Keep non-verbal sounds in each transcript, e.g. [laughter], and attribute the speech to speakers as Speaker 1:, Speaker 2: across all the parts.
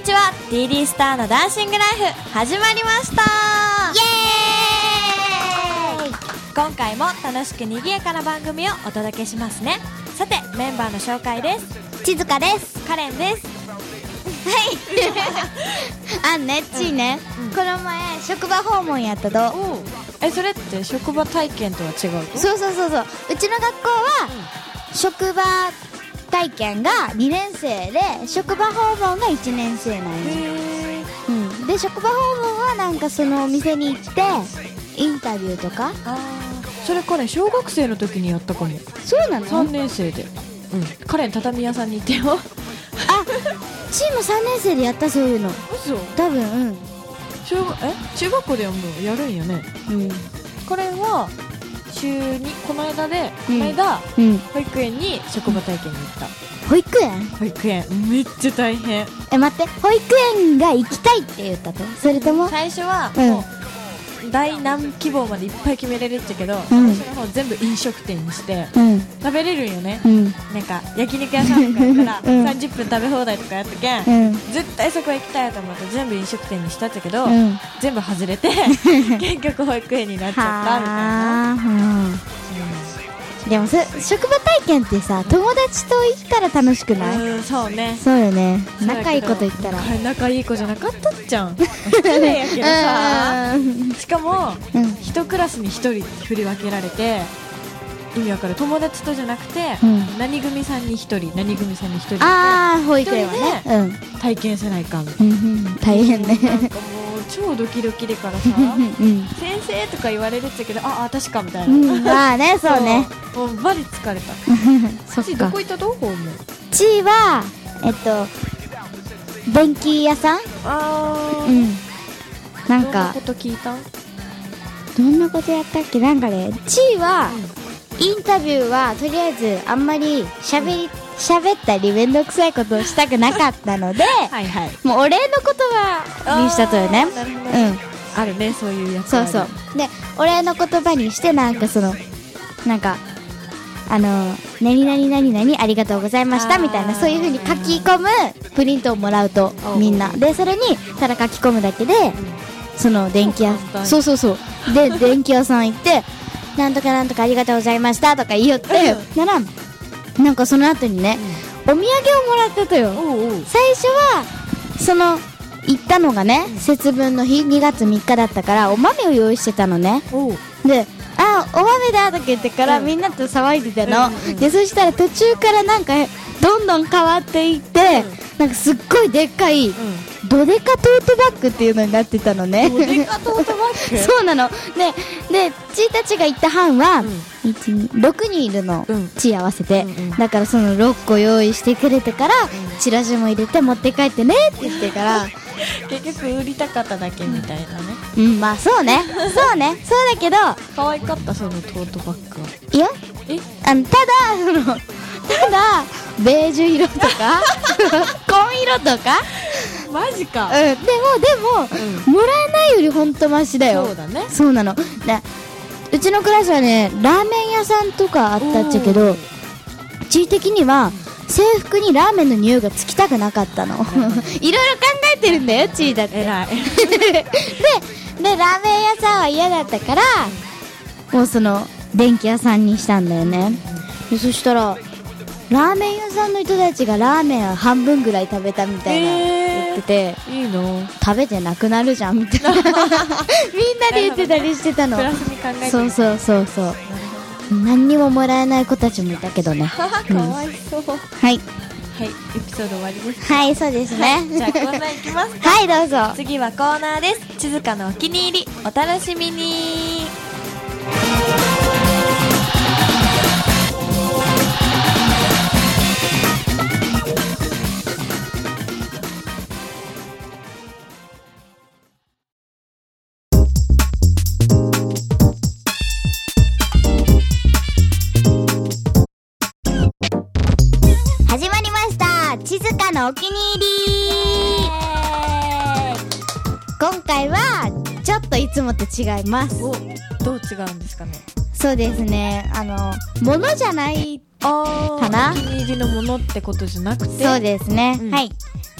Speaker 1: DD スターのダンシングライフ始まりました
Speaker 2: イエーイ
Speaker 1: 今回も楽しく賑やかな番組をお届けしますねさてメンバーの紹介です
Speaker 2: 静香です
Speaker 1: カレンです
Speaker 2: はいあんねちいね、この前職場訪問やったど
Speaker 1: えそれって職場体験とは違うと
Speaker 2: そうそうそうそううちの学校は職場体験が2年生で職場訪問が1年生なんよ、
Speaker 1: へ
Speaker 2: うん、で職場訪問はなんかそのお店に行ってインタビューとか
Speaker 1: あーそれカレン小学生の時にやったかも
Speaker 2: そうなの
Speaker 1: 3年生で、うん、カレン畳屋さんに行ってよ
Speaker 2: あチーム3年生でやったそういうの
Speaker 1: 嘘
Speaker 2: 多分
Speaker 1: 小学え中学校ではもうやるんよね
Speaker 2: うんうん
Speaker 1: カレンは週にこの間で、
Speaker 2: うん
Speaker 1: この間
Speaker 2: うん
Speaker 1: 保育園に職場体験に行った、
Speaker 2: 保育園
Speaker 1: 保育園めっちゃ大変
Speaker 2: え待って保育園が行きたいって言ったとそれとも
Speaker 1: 最初は
Speaker 2: うん
Speaker 1: もう大何希望までいっぱい決めれるっちゃけど、
Speaker 2: うん
Speaker 1: それもう全部飲食店にして
Speaker 2: うん
Speaker 1: 食べれるんよね、
Speaker 2: うん
Speaker 1: なんか焼肉屋さんとか行ったら
Speaker 2: うん
Speaker 1: 30分食べ放題とかやったけん、
Speaker 2: うん
Speaker 1: 絶対そこ行きたいと思って全部飲食店にしたっちゃけど、
Speaker 2: うん
Speaker 1: 全部外
Speaker 2: [laughs]
Speaker 1: れて結局保育園になっちゃったみたいな、
Speaker 2: はあうんでもそ職場体験ってさ友達と行ったら楽しくない、
Speaker 1: うん、うんそうね
Speaker 2: そうよね仲いいこと言ったら
Speaker 1: はい仲いい子じゃなかったっ
Speaker 2: [laughs]
Speaker 1: ちゃん失礼やけどさ
Speaker 2: うん
Speaker 1: しかも
Speaker 2: うん
Speaker 1: 一クラスに一人振り分けられて意味わかる友達とじゃなくて、
Speaker 2: うん
Speaker 1: 何組さんに一人何組さんに一人って
Speaker 2: ああ保育園はね
Speaker 1: 体験せないかん
Speaker 2: うん、うんうん、大変ね
Speaker 1: なんかもう超ドキドキでからさ
Speaker 2: うん
Speaker 1: 先生とか言われるっちゃけどああ確かみたい
Speaker 2: うん、
Speaker 1: な、
Speaker 2: うん、まあねそうね
Speaker 1: そうもうバリ疲れた
Speaker 2: そっ
Speaker 1: ちど
Speaker 2: か
Speaker 1: こ行ったどう訪問
Speaker 2: ちはえっと電気屋さん
Speaker 1: あ
Speaker 2: うんなんか
Speaker 1: こと聞いたん
Speaker 2: どんなことやったっけなんかねちーは、インタビューはとりあえずあんまりしゃべり喋ったり面倒くさいことをしたくなかったので
Speaker 1: はいはい
Speaker 2: もうお礼の言葉にしたとよね
Speaker 1: あーなるほど
Speaker 2: うん
Speaker 1: あるねそういうやつ
Speaker 2: そうそうでお礼の言葉にしてなんかそのなんかあの「何々何々ありがとうございました」
Speaker 1: あー
Speaker 2: みたいなそういうふうに書き込むプリントをもらうと
Speaker 1: おう
Speaker 2: みんなでそれにただ書き込むだけでその電気屋
Speaker 1: そう簡単
Speaker 2: そうそうそうで電気屋さん行って「なんとかなんとかありがとうございました」とか言いよってならなんかその後にねお土産をもらってたよ
Speaker 1: おうおう
Speaker 2: 最初はその行ったのがね節分の日2月3日だったからお豆を用意してたのね
Speaker 1: おう
Speaker 2: で「あお豆だ」とか言ってから、
Speaker 1: うん
Speaker 2: みんなと騒いでたの、
Speaker 1: うんうんうん
Speaker 2: でそしたら途中からなんかどんどん変わっていって、
Speaker 1: うん
Speaker 2: なんかすっごいでっかいドデカトートバッグっていうのになってたのね
Speaker 1: うんおでかトートバッ
Speaker 2: [laughs]
Speaker 1: グ
Speaker 2: そうなのででちいたちが行った班は、
Speaker 1: うん
Speaker 2: 一二6人いるの、
Speaker 1: うん
Speaker 2: ち合わせて、
Speaker 1: うんうん
Speaker 2: だからその6個用意してくれてから、チラシも入れて持って帰ってねって言ってから
Speaker 1: 結局売りたかっただけみたいなね
Speaker 2: うんまあそう
Speaker 1: [laughs]
Speaker 2: ねそうねそうだけど
Speaker 1: 可愛かったそのトートバッグはい
Speaker 2: や
Speaker 1: え
Speaker 2: あのただそのただベージュ色と
Speaker 1: [laughs]
Speaker 2: か [laughs] 紺色とか、
Speaker 1: マジか
Speaker 2: うん、でもでも、もらえないよりほんとマシだよ
Speaker 1: そうだね
Speaker 2: そうなのなうちのクラスはねラーメン屋さんとかあったっちゃけど地位的には制服にラーメンの匂いがつきたくなかった [laughs] のいろいろ考えてるんだよ地位だって
Speaker 1: えらい
Speaker 2: でラーメン屋さんは嫌だったからもうその電気屋さんにしたんだよねでそしたらラーメン屋さんの人たちがラーメンを半分ぐらい食べたみたいな
Speaker 1: えー
Speaker 2: 言ってて、
Speaker 1: いいの
Speaker 2: 食べてなくなるじゃんみた
Speaker 1: [laughs]
Speaker 2: いなみんなで言ってたりしてた
Speaker 1: プ
Speaker 2: の
Speaker 1: ラスに考えてる
Speaker 2: そうそうそうそう何にももらえない子たちもいたけど
Speaker 1: [laughs]
Speaker 2: ね
Speaker 1: かわいそうは
Speaker 2: はい
Speaker 1: いエピソード終わりです
Speaker 2: はいそうですね
Speaker 1: じゃあコーナーいきます
Speaker 2: はいどうぞ
Speaker 1: 次はコーナーです静香のお気に入りお楽しみに
Speaker 2: 始まりました地図かのお気に入り今回はちょっといつもと違います
Speaker 1: おどう違うんですかね
Speaker 2: そうですねあの物じゃない
Speaker 1: あー
Speaker 2: かな
Speaker 1: お気に入りのものってことじゃなくて
Speaker 2: そうですね、
Speaker 1: うん
Speaker 2: はい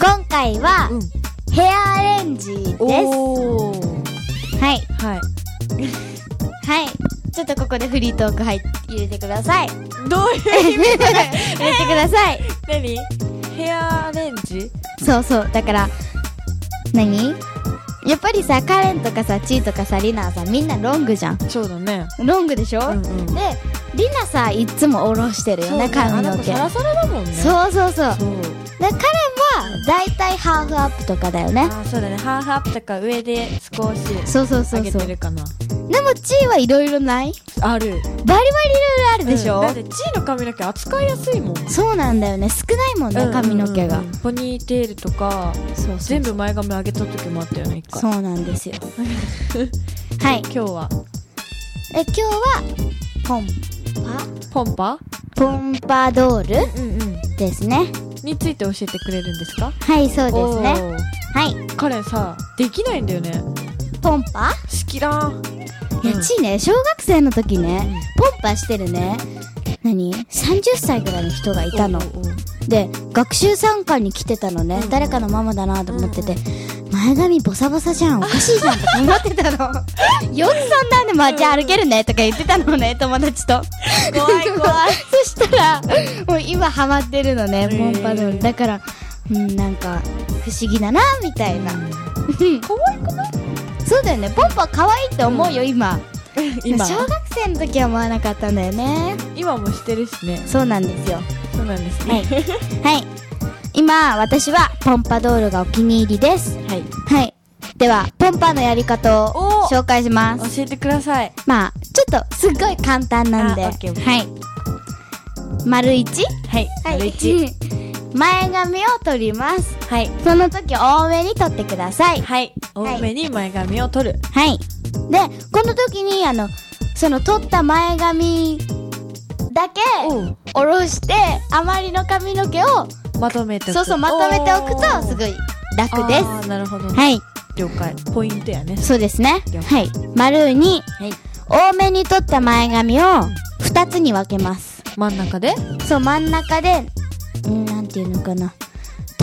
Speaker 2: 今回は
Speaker 1: うん
Speaker 2: 部ヘアアレンジです。は
Speaker 1: おー
Speaker 2: い。
Speaker 1: はい
Speaker 2: はい。ちょっとここでフリートーク入入れてください。
Speaker 1: [laughs] どういう
Speaker 2: 入れてください。
Speaker 1: 何ヘアアレンジ
Speaker 2: そうそう。だから、何やっぱりさ、カレンとかさ、チーとかさ、リナはさ、みんなロングじゃん。
Speaker 1: そうだね
Speaker 2: ロングでしょ、
Speaker 1: うんうん
Speaker 2: で、リナさ、いっつも下ろしてるよね、
Speaker 1: あ
Speaker 2: 髪の
Speaker 1: なた
Speaker 2: 毛。
Speaker 1: サラサラだもんねう
Speaker 2: そうそうそう。
Speaker 1: そう
Speaker 2: で、カレンは、だいたいハーフアップとかだよね。
Speaker 1: あそうだねハーフアップとか上で少し
Speaker 2: そうそうそ
Speaker 1: 上
Speaker 2: う
Speaker 1: げ
Speaker 2: そう。
Speaker 1: て
Speaker 2: で
Speaker 1: るかな
Speaker 2: も、チーはいろいろない
Speaker 1: あ
Speaker 2: バ
Speaker 1: る
Speaker 2: リバリいろいろあるでしょ、
Speaker 1: うんだってチーの髪の毛扱いやすいもん
Speaker 2: そうなんだよね。少ないもんね、髪の毛が。
Speaker 1: うんうんうんポニーテールとか
Speaker 2: そうそう
Speaker 1: 全部前髪上げた時もあったよね一回
Speaker 2: そうなんですよ。 [laughs] はい。
Speaker 1: 今日は
Speaker 2: え、今日は、ポン
Speaker 1: ポンパ
Speaker 2: パ、ポンパドール
Speaker 1: うんうん
Speaker 2: ですね。
Speaker 1: について教えてくれるんですか
Speaker 2: はい、そうですね。はい。
Speaker 1: カレンさできないんだよね好
Speaker 2: ポンパ
Speaker 1: きだ
Speaker 2: いや、
Speaker 1: うん
Speaker 2: ちいね、小学生の時ね、ポンパしてるね。何 ?30 歳ぐらいの人がいたの。
Speaker 1: おうおう
Speaker 2: で、学習参観に来てたのね。
Speaker 1: うん
Speaker 2: 誰かのママだなと思ってて、前髪ボサボサじゃん、おかしいじゃんとか思って
Speaker 1: [laughs]
Speaker 2: たの。 [laughs] よくそんなんで街歩けるねとか言ってたのね、友達と。
Speaker 1: 怖い怖い
Speaker 2: [laughs] そしたら、もう今ハマってるのね、
Speaker 1: へー
Speaker 2: ポンパドール。だから、うん、なんか、不思議だな、みたいな。
Speaker 1: 可愛くない
Speaker 2: そうだよね、ポンパ可愛いって思うよ、今。 [laughs]
Speaker 1: 今
Speaker 2: 小学生の時は思わなかったんだよね。
Speaker 1: 今もしてるしね
Speaker 2: そうなんですよ。
Speaker 1: そうなんです
Speaker 2: はい。
Speaker 1: ね
Speaker 2: はい。今、私はポンパドールがお気に入りです。
Speaker 1: はい
Speaker 2: はい。では、ポンパのやり方を
Speaker 1: お
Speaker 2: 紹介します。
Speaker 1: 教えてください
Speaker 2: まあ、ちょっと、すっごい簡単なんで。
Speaker 1: あ
Speaker 2: は
Speaker 1: オッケーオッケー
Speaker 2: い。丸一
Speaker 1: はい
Speaker 2: はい
Speaker 1: 丸一
Speaker 2: [laughs] 前髪を取ります。
Speaker 1: はい
Speaker 2: その時多めに取ってください。
Speaker 1: はい多めに前髪を取る
Speaker 2: はい。で、この時に、あの、その取った前髪だけ、
Speaker 1: おう
Speaker 2: 下ろして、余りの髪の毛を、
Speaker 1: まとめておく
Speaker 2: そうそう、まとめておくと、すご
Speaker 1: い
Speaker 2: い楽です。
Speaker 1: なるほど
Speaker 2: はい。
Speaker 1: 了解ポイントやね
Speaker 2: そうですね
Speaker 1: 了。
Speaker 2: は
Speaker 1: 解
Speaker 2: い。丸に、
Speaker 1: はい
Speaker 2: 多めに取った前髪を、二つに分けます。
Speaker 1: 真ん中で
Speaker 2: そう、真ん中で、うんなんていうのかな。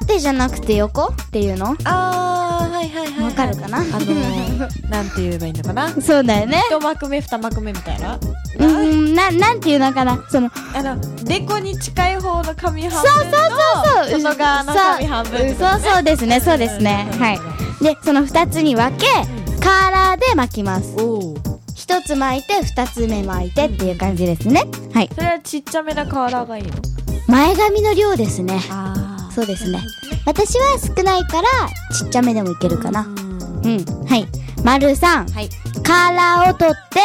Speaker 2: 縦じゃなくて横っていうの
Speaker 1: あーはいはいはい
Speaker 2: わかるかな
Speaker 1: あのー、 [laughs] なんて言えばいいのかな
Speaker 2: そうだよね。
Speaker 1: 一幕目二幕目みたいな
Speaker 2: うーん、な、なんていうのかな。その、
Speaker 1: あのデコに近い方の髪
Speaker 2: そ
Speaker 1: 半
Speaker 2: う
Speaker 1: 分
Speaker 2: そ
Speaker 1: の
Speaker 2: うそうそう。
Speaker 1: 外側の
Speaker 2: そう
Speaker 1: 髪半分ってことね
Speaker 2: そうそうですね、そうですね。
Speaker 1: うん
Speaker 2: はい。で、その二つに分け、カーラーで巻きます。
Speaker 1: おお
Speaker 2: 一つ巻いて、二つ目巻いてっていう感じですね。はい。
Speaker 1: それはちっちゃめなカーラーがいいの
Speaker 2: 前髪の量ですね。
Speaker 1: あ
Speaker 2: そうですね。私は少ないから、ちっちゃめでもいけるかな。うん。はい。丸さん、
Speaker 1: はい
Speaker 2: カーラーを取って、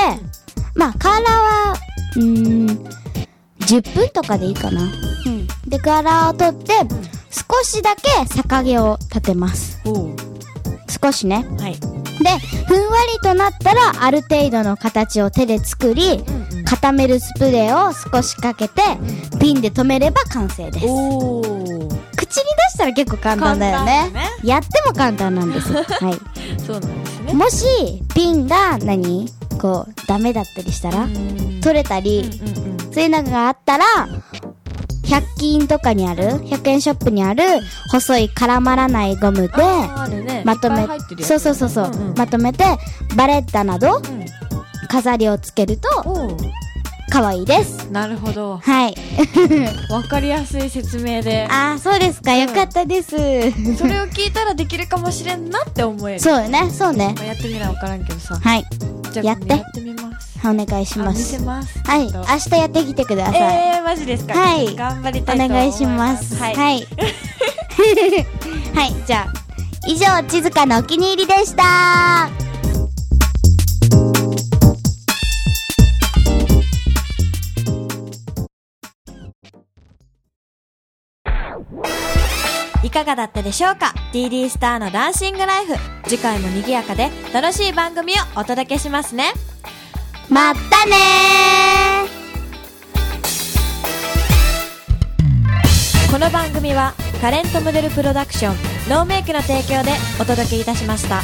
Speaker 2: まあ、カーラーは、うーん、10分とかでいいかな。うん。で、カーラーを取って、少しだけ逆毛を立てます。
Speaker 1: おお
Speaker 2: 少しね。
Speaker 1: はい
Speaker 2: で、ふんわりとなったら、ある程度の形を手で作り、固めるスプレーを少しかけて、ピンで留めれば完成です。
Speaker 1: おお
Speaker 2: 口に出したら結構簡単だよね
Speaker 1: 簡単だね
Speaker 2: やっても簡単なん
Speaker 1: [laughs]
Speaker 2: です、は
Speaker 1: そうなんです
Speaker 2: い、
Speaker 1: ね
Speaker 2: もしピンが何こうダメだったりしたら、
Speaker 1: うん
Speaker 2: 取れたり、
Speaker 1: うんうん
Speaker 2: そういうのがあったら100均とかにある100円ショップにある細い絡まらないゴムで
Speaker 1: あーあるね
Speaker 2: まと
Speaker 1: い
Speaker 2: め
Speaker 1: っぱい入ってるやつ
Speaker 2: そうそうそうそう、
Speaker 1: んん
Speaker 2: まとめてバレッタなど
Speaker 1: うん
Speaker 2: 飾りをつけると
Speaker 1: お
Speaker 2: 可愛いです
Speaker 1: おなるほど
Speaker 2: はい
Speaker 1: わかりやすい説明で
Speaker 2: ああそうですか、よかったです
Speaker 1: それを聞いたらできるかもしれんなって思える
Speaker 2: そうよねそうね
Speaker 1: まあやってみなわからんけどさ
Speaker 2: はい
Speaker 1: じゃあ
Speaker 2: やって
Speaker 1: やってみます
Speaker 2: お願いし
Speaker 1: あ
Speaker 2: ま
Speaker 1: 見
Speaker 2: す
Speaker 1: せます
Speaker 2: はい、
Speaker 1: ちょっと
Speaker 2: 明日やってきてください。
Speaker 1: えーマジですか
Speaker 2: はい
Speaker 1: 頑張りたいと
Speaker 2: お
Speaker 1: 思
Speaker 2: 願いします。
Speaker 1: は
Speaker 2: はいい。はい、
Speaker 1: [laughs]
Speaker 2: じゃあ、以上、静かのお気に入りでした。
Speaker 1: いかがだったでしょうか DD スターのダンシングライフ次回も賑やかで楽しい番組をお届けしますね
Speaker 2: まったねー
Speaker 1: この番組はタレントモデルプロダクションノーメイクの提供でお届けいたしました